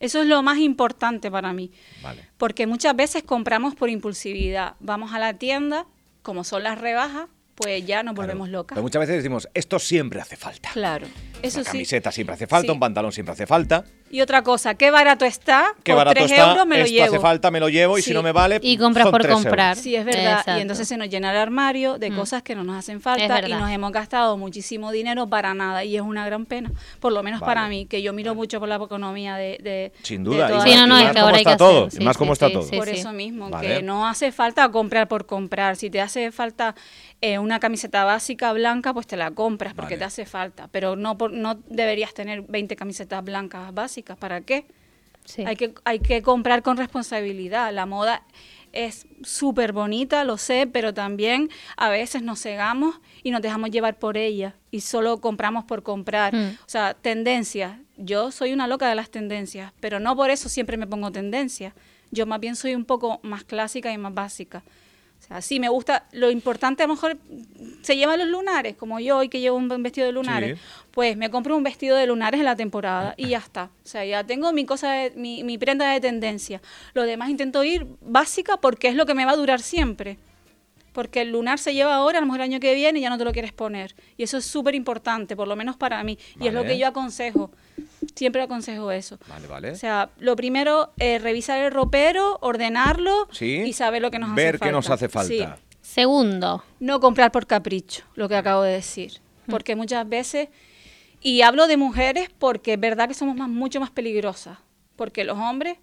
Speaker 3: Eso es lo más importante para mí.
Speaker 1: Vale.
Speaker 3: Porque muchas veces compramos por impulsividad. Vamos a la tienda, como son las rebajas, pues ya nos
Speaker 1: Claro.
Speaker 3: volvemos locas.
Speaker 1: Pero muchas veces decimos, esto siempre hace falta.
Speaker 3: Claro, eso
Speaker 1: Una
Speaker 3: sí.
Speaker 1: camiseta siempre hace falta,
Speaker 3: Sí.
Speaker 1: un pantalón siempre hace falta.
Speaker 3: Y otra cosa, qué barato está,
Speaker 1: Qué
Speaker 3: por
Speaker 1: barato
Speaker 3: 3
Speaker 1: está,
Speaker 3: euros me lo
Speaker 1: esto
Speaker 3: llevo.
Speaker 1: hace falta, me lo llevo y
Speaker 3: Sí.
Speaker 1: si no me vale.
Speaker 2: Y compras
Speaker 1: son
Speaker 2: por
Speaker 1: 3 euros.
Speaker 2: comprar.
Speaker 3: Sí, es verdad.
Speaker 2: Exacto. Mm.
Speaker 3: Y entonces se nos llena el armario de cosas que no nos hacen falta
Speaker 2: Es
Speaker 3: y
Speaker 2: verdad.
Speaker 3: nos hemos gastado muchísimo dinero para nada y es una gran pena, por lo menos
Speaker 1: Vale.
Speaker 3: para mí, que yo miro mucho por la economía de... de-
Speaker 1: Sin
Speaker 3: de
Speaker 1: duda.
Speaker 3: todas
Speaker 1: y
Speaker 2: Sí,
Speaker 1: más-
Speaker 3: las
Speaker 2: no, no,
Speaker 1: y
Speaker 2: es
Speaker 1: más
Speaker 2: que
Speaker 3: cosas.
Speaker 1: cómo
Speaker 2: ahora hay
Speaker 1: está
Speaker 2: que
Speaker 1: todo.
Speaker 2: hacer,
Speaker 1: y
Speaker 2: sí,
Speaker 1: más
Speaker 2: sí,
Speaker 1: cómo está
Speaker 2: sí,
Speaker 1: todo.
Speaker 2: sí.
Speaker 3: por eso mismo,
Speaker 1: Vale.
Speaker 3: que no hace falta comprar por comprar. Si te hace falta eh, una camiseta básica blanca, pues te la compras porque
Speaker 1: Vale.
Speaker 3: te hace falta. Pero no, por- no deberías tener 20 camisetas blancas básicas. ¿Para qué?
Speaker 2: Sí.
Speaker 3: Hay, que, hay que comprar con responsabilidad. La moda es súper bonita, lo sé, pero también a veces nos cegamos y nos dejamos llevar por ella y solo compramos por comprar.
Speaker 2: Mm.
Speaker 3: O sea, tendencias. Yo soy una loca de las tendencias, pero no por eso siempre me pongo tendencias. Yo más bien soy un poco más clásica y más básica. O sea, sí, me gusta. Lo importante a lo mejor se llevan los lunares, como yo hoy que llevo un vestido de lunares.
Speaker 1: Sí.
Speaker 3: Pues me compro un vestido de lunares en la temporada y ya está. O sea, ya tengo mi cosa, de- mi, mi prenda de tendencia. Lo demás intento ir básica porque es lo que me va a durar siempre. Porque el lunar se lleva ahora, a lo mejor el año que viene ya no te lo quieres poner. Y eso es súper importante, por lo menos para mí. Y es lo
Speaker 1: Vale.
Speaker 3: que yo aconsejo. Siempre aconsejo eso.
Speaker 1: Vale, vale.
Speaker 3: O sea, lo primero, eh, revisar el ropero, ordenarlo
Speaker 1: Sí.
Speaker 3: y saber lo que nos hace
Speaker 1: Ver
Speaker 3: falta.
Speaker 1: qué nos hace falta.
Speaker 3: Sí.
Speaker 2: Segundo,
Speaker 3: No comprar por capricho, lo que acabo de decir.
Speaker 2: Mm.
Speaker 3: Porque muchas veces, y hablo de mujeres porque es verdad que somos más, mucho más peligrosas. Porque los hombres,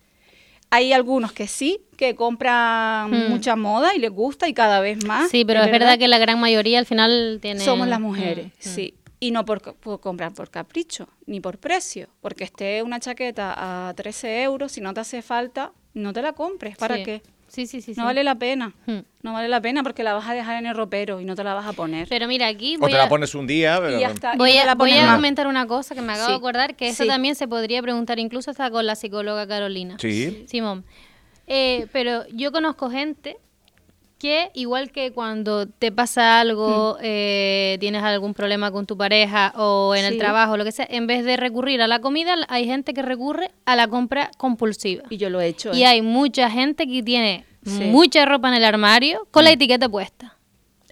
Speaker 3: hay algunos que sí, que compran
Speaker 2: Hmm.
Speaker 3: mucha moda y les gusta y cada vez más.
Speaker 2: sí, pero es verdad, que la gran mayoría al final tiene...
Speaker 3: Ah,
Speaker 2: Mm,
Speaker 3: Somos las mujeres, sí. Y no por, co- por comprar por capricho, ni por precio. Porque esté una chaqueta a 13 euros, si no te hace falta, no te la compres. ¿Para
Speaker 2: Sí.
Speaker 3: qué?
Speaker 2: Sí, sí, sí.
Speaker 3: No
Speaker 2: sí.
Speaker 3: vale la pena.
Speaker 2: Hmm.
Speaker 3: No vale la pena porque la vas a dejar en el ropero y no te la vas a poner.
Speaker 2: Pero mira, aquí
Speaker 1: O
Speaker 2: voy
Speaker 1: te la
Speaker 2: a,
Speaker 1: pones un día.
Speaker 3: Y
Speaker 1: pero-
Speaker 3: ya está. y
Speaker 2: voy
Speaker 3: no te
Speaker 2: a,
Speaker 3: la
Speaker 2: voy
Speaker 3: pones
Speaker 2: a
Speaker 3: más.
Speaker 2: comentar una cosa que me acabo
Speaker 3: Sí.
Speaker 2: de acordar, que eso
Speaker 3: Sí.
Speaker 2: también se podría preguntar incluso hasta con la psicóloga Carolina.
Speaker 1: Sí.
Speaker 2: Simón. Eh, pero yo conozco gente que igual que cuando te pasa algo,
Speaker 3: Mm.
Speaker 2: eh, tienes algún problema con tu pareja o en el
Speaker 3: Sí.
Speaker 2: trabajo, lo que sea, en vez de recurrir a la comida, hay gente que recurre a la compra compulsiva.
Speaker 3: Y yo lo he hecho.
Speaker 2: Y
Speaker 3: ¿eh?
Speaker 2: hay mucha gente que tiene
Speaker 3: Sí.
Speaker 2: mucha ropa en el armario con la etiqueta puesta.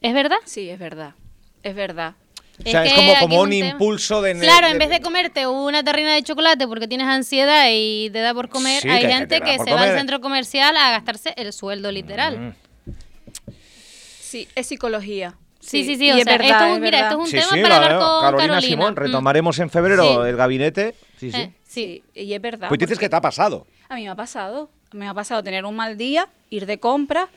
Speaker 2: ¿Es verdad?
Speaker 3: Sí, es verdad. Es verdad.
Speaker 1: O sea, es como-
Speaker 2: aquí
Speaker 1: como un
Speaker 2: tema.
Speaker 1: impulso de-
Speaker 2: Claro, en
Speaker 1: de-
Speaker 2: vez de comerte una tarrina de chocolate porque tienes ansiedad y te da por comer,
Speaker 1: Sí,
Speaker 2: hay
Speaker 1: que- que
Speaker 2: gente
Speaker 1: te da
Speaker 2: que se
Speaker 1: por
Speaker 2: va al
Speaker 1: comer. Mm,
Speaker 2: centro comercial a gastarse el sueldo literal.
Speaker 3: Sí, es psicología.
Speaker 2: Sí, sí, sí, o sea, esto es un- mira, esto es un
Speaker 1: Sí,
Speaker 2: tema
Speaker 1: sí,
Speaker 2: para
Speaker 1: la-
Speaker 2: hablar con
Speaker 1: Carolina,
Speaker 2: Carolina.
Speaker 1: Simón.
Speaker 2: Mm.
Speaker 1: Retomaremos en febrero
Speaker 2: Sí.
Speaker 1: el gabinete. Sí, sí.
Speaker 2: Eh, sí.
Speaker 3: Sí, y es verdad.
Speaker 1: Pues dices
Speaker 3: porque
Speaker 1: que te ha pasado.
Speaker 3: A mí me ha pasado. Me ha pasado tener un mal día, ir de compra,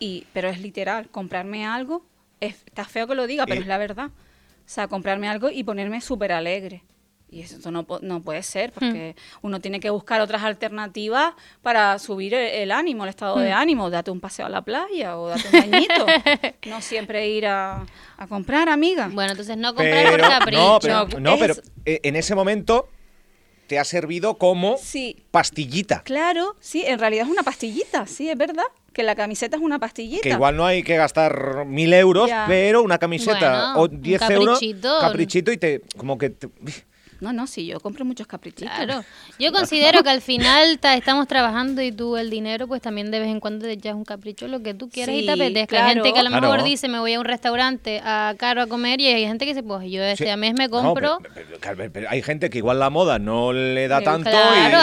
Speaker 3: y, pero es literal, comprarme algo. es- está feo que lo diga, pero
Speaker 1: Y-
Speaker 3: es la verdad. O sea, comprarme algo y ponerme súper alegre. Y eso no, po- no puede ser, porque uno tiene que buscar otras alternativas para subir e- el ánimo, el estado de ánimo. Date un paseo a la playa o date un bañito. no siempre ir a, a comprar, amiga.
Speaker 2: Bueno, entonces no comprar
Speaker 1: Pero,
Speaker 2: por capricho.
Speaker 1: no, pero, no,
Speaker 3: Es-
Speaker 1: pero, eh, en ese momento te ha servido como
Speaker 3: Sí.
Speaker 1: pastillita.
Speaker 3: Claro, sí, en realidad es una pastillita, sí, es verdad. Que la camiseta es una pastillita.
Speaker 1: Que igual no hay que gastar mil euros,
Speaker 3: Ya.
Speaker 1: pero una camiseta
Speaker 2: Bueno,
Speaker 1: o
Speaker 2: un
Speaker 1: 10 euros,
Speaker 2: caprichito.
Speaker 1: caprichito y te como que te-
Speaker 3: No, no, sí, yo compro muchos caprichitos.
Speaker 2: Claro. Yo considero que al final ta- estamos trabajando y tú el dinero, pues también de vez en cuando te echas un capricho, lo que tú quieras y te
Speaker 3: Sí,
Speaker 2: apetezca. Hay
Speaker 3: claro.
Speaker 2: gente que a lo mejor
Speaker 1: Claro.
Speaker 2: dice, me voy a un restaurante a caro a comer y hay gente que dice, pues yo este
Speaker 1: Sí.
Speaker 2: mes me
Speaker 1: No,
Speaker 2: compro.
Speaker 1: pero- pero- pero- pero- pero hay gente que igual la moda no le da
Speaker 2: Pero
Speaker 1: tanto
Speaker 2: claro,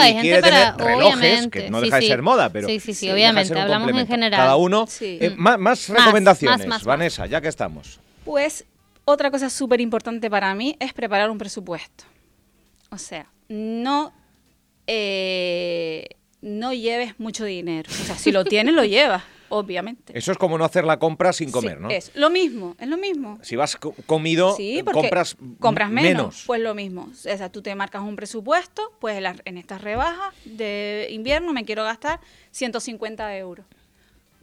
Speaker 1: y,
Speaker 2: hay
Speaker 1: y
Speaker 2: gente
Speaker 1: quiere
Speaker 2: para-
Speaker 1: tener relojes,
Speaker 2: obviamente,
Speaker 1: que no
Speaker 2: sí,
Speaker 1: deja
Speaker 2: sí.
Speaker 1: de ser moda, pero
Speaker 2: Sí, sí,
Speaker 1: deja de
Speaker 2: sí,
Speaker 1: ser
Speaker 2: obviamente,
Speaker 1: un
Speaker 2: hablamos en
Speaker 1: complemento.
Speaker 2: general.
Speaker 1: Cada uno,
Speaker 3: Sí.
Speaker 1: eh, más, más
Speaker 2: Más,
Speaker 1: recomendaciones,
Speaker 2: más, más, más.
Speaker 1: Vanessa, ya que estamos.
Speaker 3: Pues otra cosa súper importante para mí es preparar un presupuesto. O sea, no, eh, no lleves mucho dinero. O sea, si lo tienes, lo llevas, obviamente.
Speaker 1: Eso es como no hacer la compra sin
Speaker 3: Sí,
Speaker 1: comer, ¿no?
Speaker 3: Es lo mismo, es lo mismo.
Speaker 1: Si vas co- comido,
Speaker 3: Sí, porque
Speaker 1: compras,
Speaker 3: compras
Speaker 1: menos.
Speaker 3: menos, Pues lo mismo. O sea, tú te marcas un presupuesto, pues en la- en estas rebajas de invierno me quiero gastar 150 euros.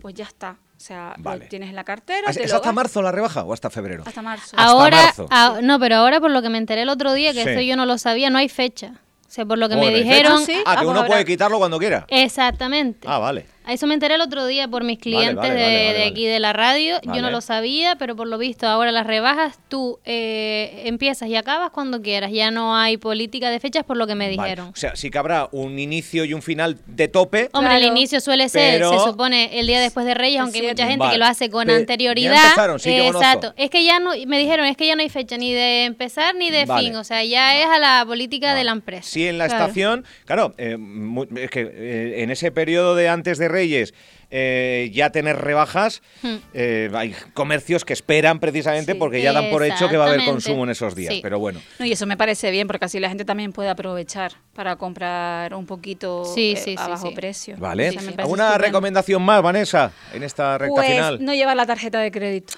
Speaker 3: Pues ya está. O sea, lo
Speaker 1: Vale.
Speaker 3: tienes en la cartera.
Speaker 1: Ah, ¿Es
Speaker 3: te
Speaker 1: es
Speaker 3: lo
Speaker 1: hasta
Speaker 3: gastas-
Speaker 1: marzo la rebaja o hasta febrero?
Speaker 3: Hasta marzo.
Speaker 1: Ah,
Speaker 2: Ahora,
Speaker 1: marzo.
Speaker 2: ah, no, pero ahora por lo que me enteré el otro día, que
Speaker 1: Sí.
Speaker 2: eso yo no lo sabía, no hay fecha. O sea, por lo que
Speaker 1: Bueno,
Speaker 2: me
Speaker 1: ¿y fecha?
Speaker 2: dijeron... Eh,
Speaker 3: Ah, sí.
Speaker 1: Ah, que
Speaker 3: pues
Speaker 1: uno
Speaker 3: habrá-
Speaker 1: puede quitarlo cuando quiera.
Speaker 2: Exactamente.
Speaker 1: Ah, vale.
Speaker 2: A eso me enteré el otro día por mis clientes
Speaker 1: vale,
Speaker 2: de,
Speaker 1: vale, vale,
Speaker 2: de
Speaker 1: vale.
Speaker 2: aquí de la radio. Yo
Speaker 1: Vale.
Speaker 2: no lo sabía, pero por lo visto ahora las rebajas tú eh, empiezas y acabas cuando quieras. Ya no hay política de fechas por lo que me
Speaker 1: Vale.
Speaker 2: dijeron.
Speaker 1: O sea, sí que habrá un inicio y un final de tope.
Speaker 2: Hombre, el
Speaker 3: Claro.
Speaker 2: inicio suele ser,
Speaker 1: Pero-
Speaker 2: se supone, el día después de Reyes,
Speaker 3: El
Speaker 2: aunque hay mucha
Speaker 3: siete.
Speaker 2: gente
Speaker 1: Vale.
Speaker 2: que lo hace con
Speaker 1: Pe- ya
Speaker 2: anterioridad.
Speaker 1: empezaron, sí, yo conozco.
Speaker 2: Exacto. Es que ya no, me dijeron, es que ya no hay fecha ni de empezar ni de
Speaker 1: Vale.
Speaker 2: fin. O sea, ya es a la política de la empresa.
Speaker 1: Sí, en la
Speaker 3: Claro.
Speaker 1: estación, claro, eh, mu- es que eh, en ese periodo de antes de Reyes eh, ya tener rebajas,
Speaker 2: Hmm.
Speaker 1: eh, hay comercios que esperan precisamente
Speaker 3: Sí,
Speaker 1: porque ya dan por hecho que va a haber
Speaker 2: exactamente.
Speaker 1: consumo en esos días.
Speaker 2: Sí.
Speaker 1: Pero bueno,
Speaker 3: No, y eso me parece bien, porque así la gente también puede aprovechar para comprar un poquito
Speaker 2: Sí,
Speaker 3: eh,
Speaker 2: sí,
Speaker 3: a
Speaker 2: sí,
Speaker 3: bajo
Speaker 2: sí.
Speaker 3: precio.
Speaker 1: ¿vale?
Speaker 3: O sea, me parece
Speaker 1: ¿Alguna
Speaker 3: estupendo.
Speaker 1: recomendación más, Vanessa, en esta recta
Speaker 3: Pues
Speaker 1: final? Ah.
Speaker 3: no llevar la tarjeta de crédito.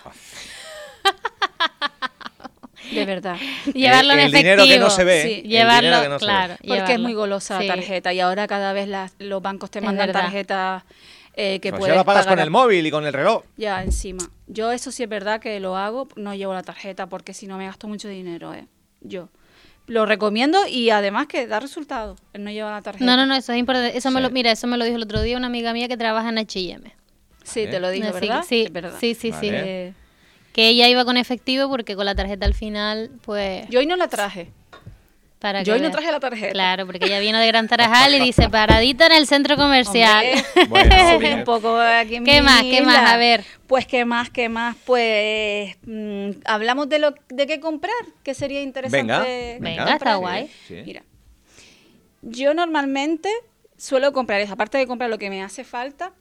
Speaker 3: De verdad.
Speaker 2: Llevarlo
Speaker 1: eh, el,
Speaker 2: en
Speaker 1: el dinero que no
Speaker 2: efectivo.
Speaker 1: se ve.
Speaker 3: sí.
Speaker 1: el
Speaker 2: Llevarlo,
Speaker 1: dinero que no se ve.
Speaker 2: claro.
Speaker 3: Porque es
Speaker 2: llevarlo.
Speaker 3: muy golosa
Speaker 2: Sí.
Speaker 3: la tarjeta y ahora cada vez las- los bancos te
Speaker 2: Es
Speaker 3: mandan
Speaker 2: verdad.
Speaker 3: tarjetas eh, que
Speaker 1: Pues
Speaker 3: puedes
Speaker 1: ya la pagas
Speaker 3: pagar
Speaker 1: con
Speaker 3: a-
Speaker 1: el móvil y con el reloj.
Speaker 3: Ya, encima. Yo eso sí es verdad que lo hago, no llevo la tarjeta porque si no me gasto mucho dinero, ¿eh? Yo. Lo recomiendo y además que da resultado el no llevar la tarjeta.
Speaker 2: No, no, no, eso es importante. Eso me
Speaker 1: Sí.
Speaker 2: lo, mira, eso me lo dijo el otro día una amiga mía que trabaja en H&M.
Speaker 3: Sí,
Speaker 1: Vale.
Speaker 3: te lo dije,
Speaker 2: Así que
Speaker 3: ¿verdad?
Speaker 2: Sí,
Speaker 3: Es verdad.
Speaker 2: sí, sí, sí.
Speaker 1: Vale.
Speaker 3: Eh,
Speaker 2: Que ella iba con efectivo porque con la tarjeta al final, pues,
Speaker 3: yo hoy no la traje.
Speaker 2: para que
Speaker 3: yo hoy no
Speaker 2: veas.
Speaker 3: traje la tarjeta.
Speaker 2: Claro, porque ella vino de Gran Tarajal y dice, paradita en el centro comercial.
Speaker 3: Hombre,
Speaker 1: Bueno,
Speaker 3: subí un poco aquí en
Speaker 2: ¿Qué
Speaker 3: mi
Speaker 2: más? ¿Qué más?
Speaker 3: isla.
Speaker 2: A ver.
Speaker 3: Pues qué más, qué más. Pues mm, hablamos de lo de qué comprar, que sería interesante.
Speaker 2: Venga,
Speaker 3: comprar.
Speaker 2: está guay.
Speaker 1: Sí, sí.
Speaker 3: Mira, yo normalmente suelo comprar, eso, aparte de comprar lo que me hace falta,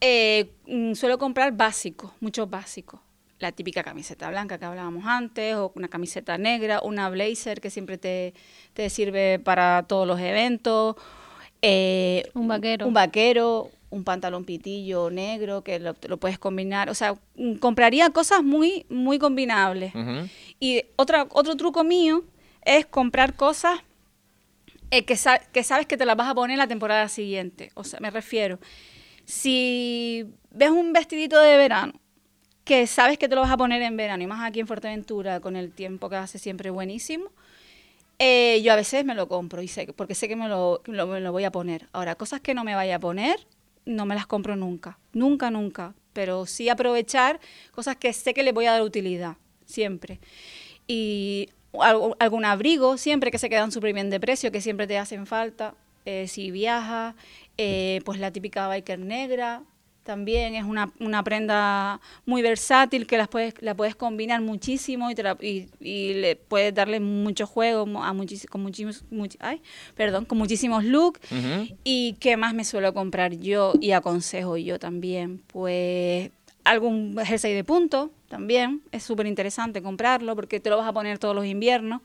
Speaker 3: eh, mm, suelo comprar básicos, muchos básicos. La típica camiseta blanca que hablábamos antes, o una camiseta negra, una blazer que siempre te, te sirve para todos los eventos. eh,
Speaker 2: Un vaquero.
Speaker 3: Un vaquero, un pantalón pitillo negro que lo, lo puedes combinar. O sea, mm, compraría cosas muy, muy combinables.
Speaker 1: Ujú.
Speaker 3: Y otra, otro truco mío es comprar cosas eh, que, sa- que sabes que te las vas a poner la temporada siguiente. O sea, me refiero, si ves un vestidito de verano que sabes que te lo vas a poner en verano, y más aquí en Fuerteventura, con el tiempo que hace siempre buenísimo, eh, yo a veces me lo compro y sé, que- porque sé que me lo, lo- me lo voy a poner. Ahora, cosas que no me vaya a poner, no me las compro nunca. Nunca, nunca. Pero sí aprovechar cosas que sé que le voy a dar utilidad, siempre. Y al- algún abrigo, siempre que se quedan súper bien de precio, que siempre te hacen falta. Eh, si viajas, eh, pues la típica biker negra. También es una, una prenda muy versátil que las puedes, la puedes combinar muchísimo y, te la- y- y le puedes darle mucho juego mu- a muchis- con, muchísimos, much- ay, perdón, con muchísimos looks.
Speaker 1: Ujú.
Speaker 3: ¿Y qué más me suelo comprar yo y aconsejo yo también? Pues algún jersey de punto también. Es súper interesante comprarlo porque te lo vas a poner todos los inviernos.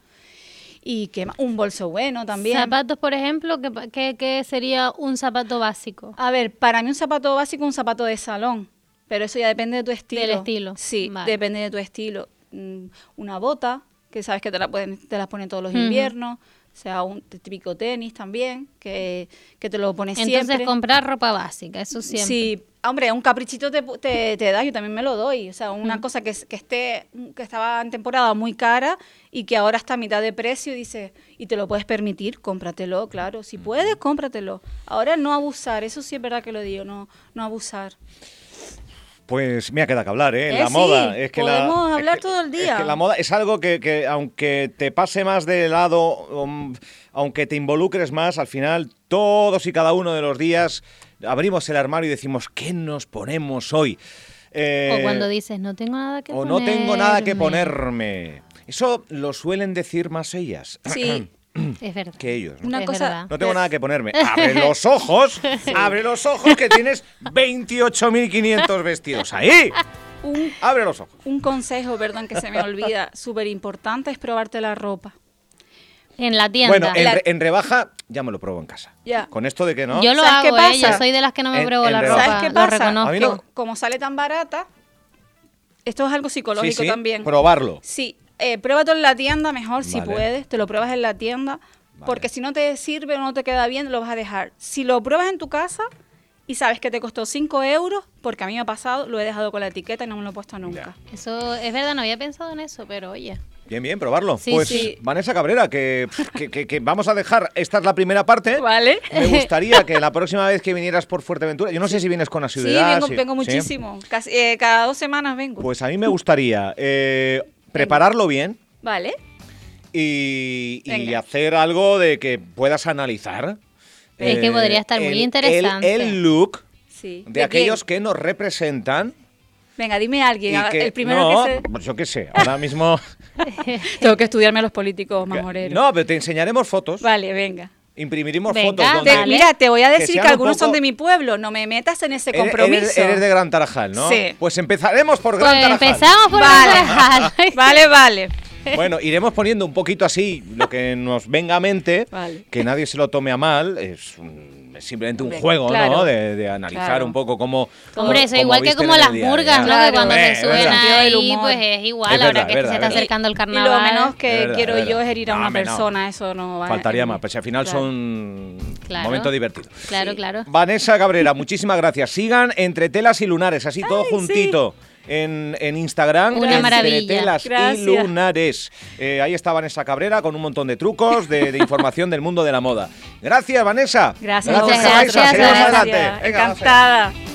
Speaker 3: ¿Y qué más? Un bolso bueno también.
Speaker 2: Zapatos, por ejemplo, ¿qué, pa- qué, qué sería un zapato básico?
Speaker 3: A ver, para mí un zapato básico es un zapato de salón, pero eso ya depende de tu estilo.
Speaker 2: Del estilo,
Speaker 3: Sí,
Speaker 2: vale.
Speaker 3: depende de tu estilo. Mm, Una bota, que sabes que te la, pueden, te las ponen todos los
Speaker 2: Ujú.
Speaker 3: inviernos, o sea, un típico tenis también, que, que te lo pones
Speaker 2: Entonces
Speaker 3: siempre.
Speaker 2: comprar ropa básica, eso siempre.
Speaker 3: Sí, hombre, un caprichito te, pu- te, te da, yo también me lo doy. O sea, una cosa que, es- que esté, que estaba en temporada muy cara y que ahora está a mitad de precio, dice, y te lo puedes permitir, cómpratelo, claro. Si puedes, cómpratelo. Ahora no abusar, eso sí es verdad que lo digo, no, no abusar.
Speaker 1: Pues me ha quedado que hablar, ¿eh?
Speaker 3: Eh,
Speaker 1: La
Speaker 3: sí,
Speaker 1: moda. Es que la-
Speaker 3: podemos
Speaker 1: es
Speaker 3: hablar
Speaker 1: que-
Speaker 3: todo el
Speaker 1: es
Speaker 3: día.
Speaker 1: que la moda es algo que, que aunque te pase más de lado, um, aunque te involucres más, al final todos y cada uno de los días abrimos el armario y decimos, ¿qué nos ponemos hoy? Eh,
Speaker 2: o cuando dices, no tengo nada que
Speaker 1: o
Speaker 2: ponerme.
Speaker 1: no tengo nada que ponerme. Eso lo suelen decir más ellas
Speaker 3: Sí,
Speaker 2: Es verdad.
Speaker 1: que ellos. ¿no?
Speaker 3: una
Speaker 2: Es
Speaker 3: cosa.
Speaker 2: verdad.
Speaker 1: No tengo nada que ponerme. Abre los ojos, abre los ojos que tienes 28.500 vestidos ahí.
Speaker 3: Un,
Speaker 1: Abre los ojos.
Speaker 3: un consejo, perdón, que se me olvida, súper importante es probarte la ropa.
Speaker 2: En la tienda.
Speaker 1: Bueno, en,
Speaker 3: La-
Speaker 1: re- en rebaja ya me lo pruebo en casa.
Speaker 3: Ya.
Speaker 1: Con esto de que no.
Speaker 2: Yo lo
Speaker 3: ¿Sabes qué
Speaker 2: hago, ¿eh? Yo
Speaker 3: pasa?
Speaker 2: soy de las que no me
Speaker 1: En-
Speaker 2: pruebo
Speaker 1: en
Speaker 2: la
Speaker 1: rebaja.
Speaker 2: ropa.
Speaker 3: ¿Sabes qué
Speaker 2: lo
Speaker 3: pasa?
Speaker 1: A mí
Speaker 2: reconozco.
Speaker 1: no.
Speaker 3: Que como sale tan barata, esto es algo
Speaker 1: sí,
Speaker 3: psicológico
Speaker 1: sí,
Speaker 3: también.
Speaker 1: probarlo.
Speaker 3: Sí, eh, pruébatelo en la tienda mejor si
Speaker 1: Vale.
Speaker 3: puedes, te lo pruebas en la tienda,
Speaker 1: Vale.
Speaker 3: porque si no te sirve o no te queda bien, lo vas a dejar. Si lo pruebas en tu casa y sabes que te costó 5 euros, porque a mí me ha pasado, lo he dejado con la etiqueta y no me lo he puesto nunca.
Speaker 2: Eso es verdad, no había pensado en eso, pero oye.
Speaker 1: Bien, bien, probarlo.
Speaker 2: Sí,
Speaker 1: pues
Speaker 3: sí.
Speaker 1: Vanessa Cabrera, que, que- que- que vamos a dejar. Esta es la primera parte.
Speaker 3: ¿Vale?
Speaker 1: Me gustaría que la próxima vez que vinieras por Fuerteventura, yo no sé si vienes con
Speaker 3: Sí,
Speaker 1: asiduidad.
Speaker 3: vengo,
Speaker 1: si-
Speaker 3: vengo
Speaker 1: ¿sí?
Speaker 3: muchísimo. Casi, eh, cada dos semanas vengo.
Speaker 1: Pues a mí me gustaría eh, prepararlo bien
Speaker 3: ¿Vale?
Speaker 1: y, y
Speaker 3: Venga.
Speaker 1: hacer algo de que puedas analizar. eh,
Speaker 2: Es que podría estar muy
Speaker 1: el- el-
Speaker 2: interesante.
Speaker 1: El, look
Speaker 3: Sí.
Speaker 1: de,
Speaker 3: quién?
Speaker 1: aquellos que nos representan.
Speaker 3: Venga, dime a alguien.
Speaker 1: y
Speaker 3: a-
Speaker 1: que-
Speaker 3: el primero
Speaker 1: no,
Speaker 3: que
Speaker 1: pues Yo qué sé, ahora mismo...
Speaker 3: se... Tengo que estudiarme a los políticos más moreros.
Speaker 1: No, pero te enseñaremos fotos.
Speaker 3: Vale, venga.
Speaker 1: Imprimiremos
Speaker 2: Venga,
Speaker 1: fotos.
Speaker 2: te-
Speaker 1: donde-
Speaker 3: Te-
Speaker 2: Vale.
Speaker 3: Mira, te voy a
Speaker 1: Que
Speaker 3: decir que,
Speaker 1: sean un
Speaker 3: algunos son
Speaker 1: poco-
Speaker 3: de mi pueblo. No me metas en ese
Speaker 1: Eres-
Speaker 3: compromiso.
Speaker 1: Eres, eres de Gran Tarajal, ¿no?
Speaker 3: Sí.
Speaker 1: Pues empezaremos por
Speaker 2: Pues
Speaker 1: Gran Tarajal.
Speaker 2: empezamos por
Speaker 3: Vale.
Speaker 2: la
Speaker 3: Vale, vale.
Speaker 1: Bueno, iremos poniendo un poquito así lo que nos venga a mente,
Speaker 3: Vale.
Speaker 1: que nadie se lo tome a mal, es, un- es simplemente un
Speaker 3: Hombre,
Speaker 1: juego, ¿no?
Speaker 3: claro.
Speaker 1: De, de analizar
Speaker 3: Claro.
Speaker 1: un poco cómo...
Speaker 2: Hombre, eso
Speaker 1: cómo
Speaker 2: igual que
Speaker 1: visten
Speaker 2: como
Speaker 1: en el
Speaker 2: las
Speaker 1: día a
Speaker 2: murgas,
Speaker 1: día.
Speaker 2: ¿no?
Speaker 3: Claro,
Speaker 2: que cuando
Speaker 1: eh,
Speaker 2: se
Speaker 1: es
Speaker 2: suben
Speaker 1: verdad.
Speaker 3: Sentido del
Speaker 2: ahí,
Speaker 3: humor.
Speaker 2: pues es igual,
Speaker 1: Es
Speaker 2: ahora
Speaker 1: verdad,
Speaker 2: que
Speaker 1: es
Speaker 2: se
Speaker 1: verdad,
Speaker 2: está
Speaker 1: es verdad.
Speaker 2: acercando el
Speaker 3: Y
Speaker 2: carnaval.
Speaker 3: lo menos que
Speaker 1: Es verdad,
Speaker 3: quiero
Speaker 1: es
Speaker 3: yo
Speaker 1: verdad.
Speaker 3: es herir a una
Speaker 1: Dame, no.
Speaker 3: persona. Eso no va
Speaker 1: Faltaría más, pues si al final
Speaker 3: Claro.
Speaker 1: son
Speaker 2: Claro.
Speaker 1: momentos divertidos.
Speaker 2: Claro,
Speaker 3: Sí.
Speaker 2: claro.
Speaker 1: Vanessa Cabrera, muchísimas gracias. Sigan entre telas y lunares, así todo juntito. En, en Instagram,
Speaker 2: Una
Speaker 1: entre
Speaker 2: maravilla.
Speaker 1: telas y
Speaker 3: Gracias.
Speaker 1: lunares. Eh, ahí está Vanessa Cabrera con un montón de trucos, de, de información del mundo de la moda. Gracias, Vanessa.
Speaker 3: Gracias,
Speaker 2: Gracias,
Speaker 1: Vanessa.
Speaker 2: gracias,
Speaker 1: Seguimos
Speaker 2: Vanessa.
Speaker 1: adelante. Venga, Vanessa.
Speaker 3: Encantada.